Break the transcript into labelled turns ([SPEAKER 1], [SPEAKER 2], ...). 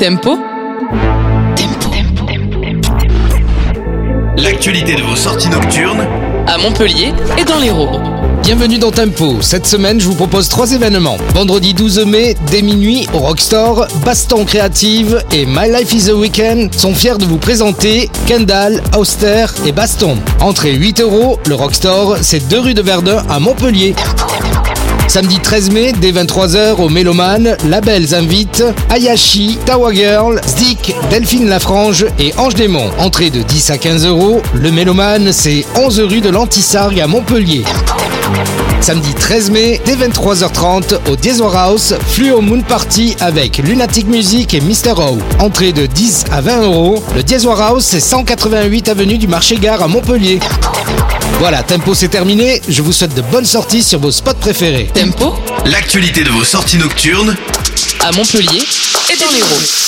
[SPEAKER 1] Tempo. Tempo.
[SPEAKER 2] L'actualité de vos sorties nocturnes
[SPEAKER 1] À Montpellier et dans l'Hérault.
[SPEAKER 3] Bienvenue dans Tempo. Cette semaine, je vous propose trois événements. Vendredi 12 mai, dès minuit, au Rockstore, Baston Créative et My Life is a Weekend sont fiers de vous présenter Kendall, Auster et Baston. Entrée 8 euros, le Rockstore, c'est 2 rue de Verdun à Montpellier. Samedi 13 mai, dès 23h au Méloman, Labels invite Ayashi, Tawa Girl, Zdik, Delphine Lafrange et Ange Démon. Entrée de 10 à 15 euros, le Méloman, c'est 11 rue de l'Antisargue à Montpellier. Samedi 13 mai, dès 23h30, au Desor House, Fluo Moon Party avec Lunatic Music et Mr. O. Entrée de 10 à 20 euros, le Desor House, c'est 188 avenue du Marché-Gare à Montpellier. Voilà, tempo c'est terminé. Je vous souhaite de bonnes sorties sur vos spots préférés.
[SPEAKER 1] Tempo
[SPEAKER 2] L'actualité de vos sorties nocturnes
[SPEAKER 1] à Montpellier et dans l'Hérault.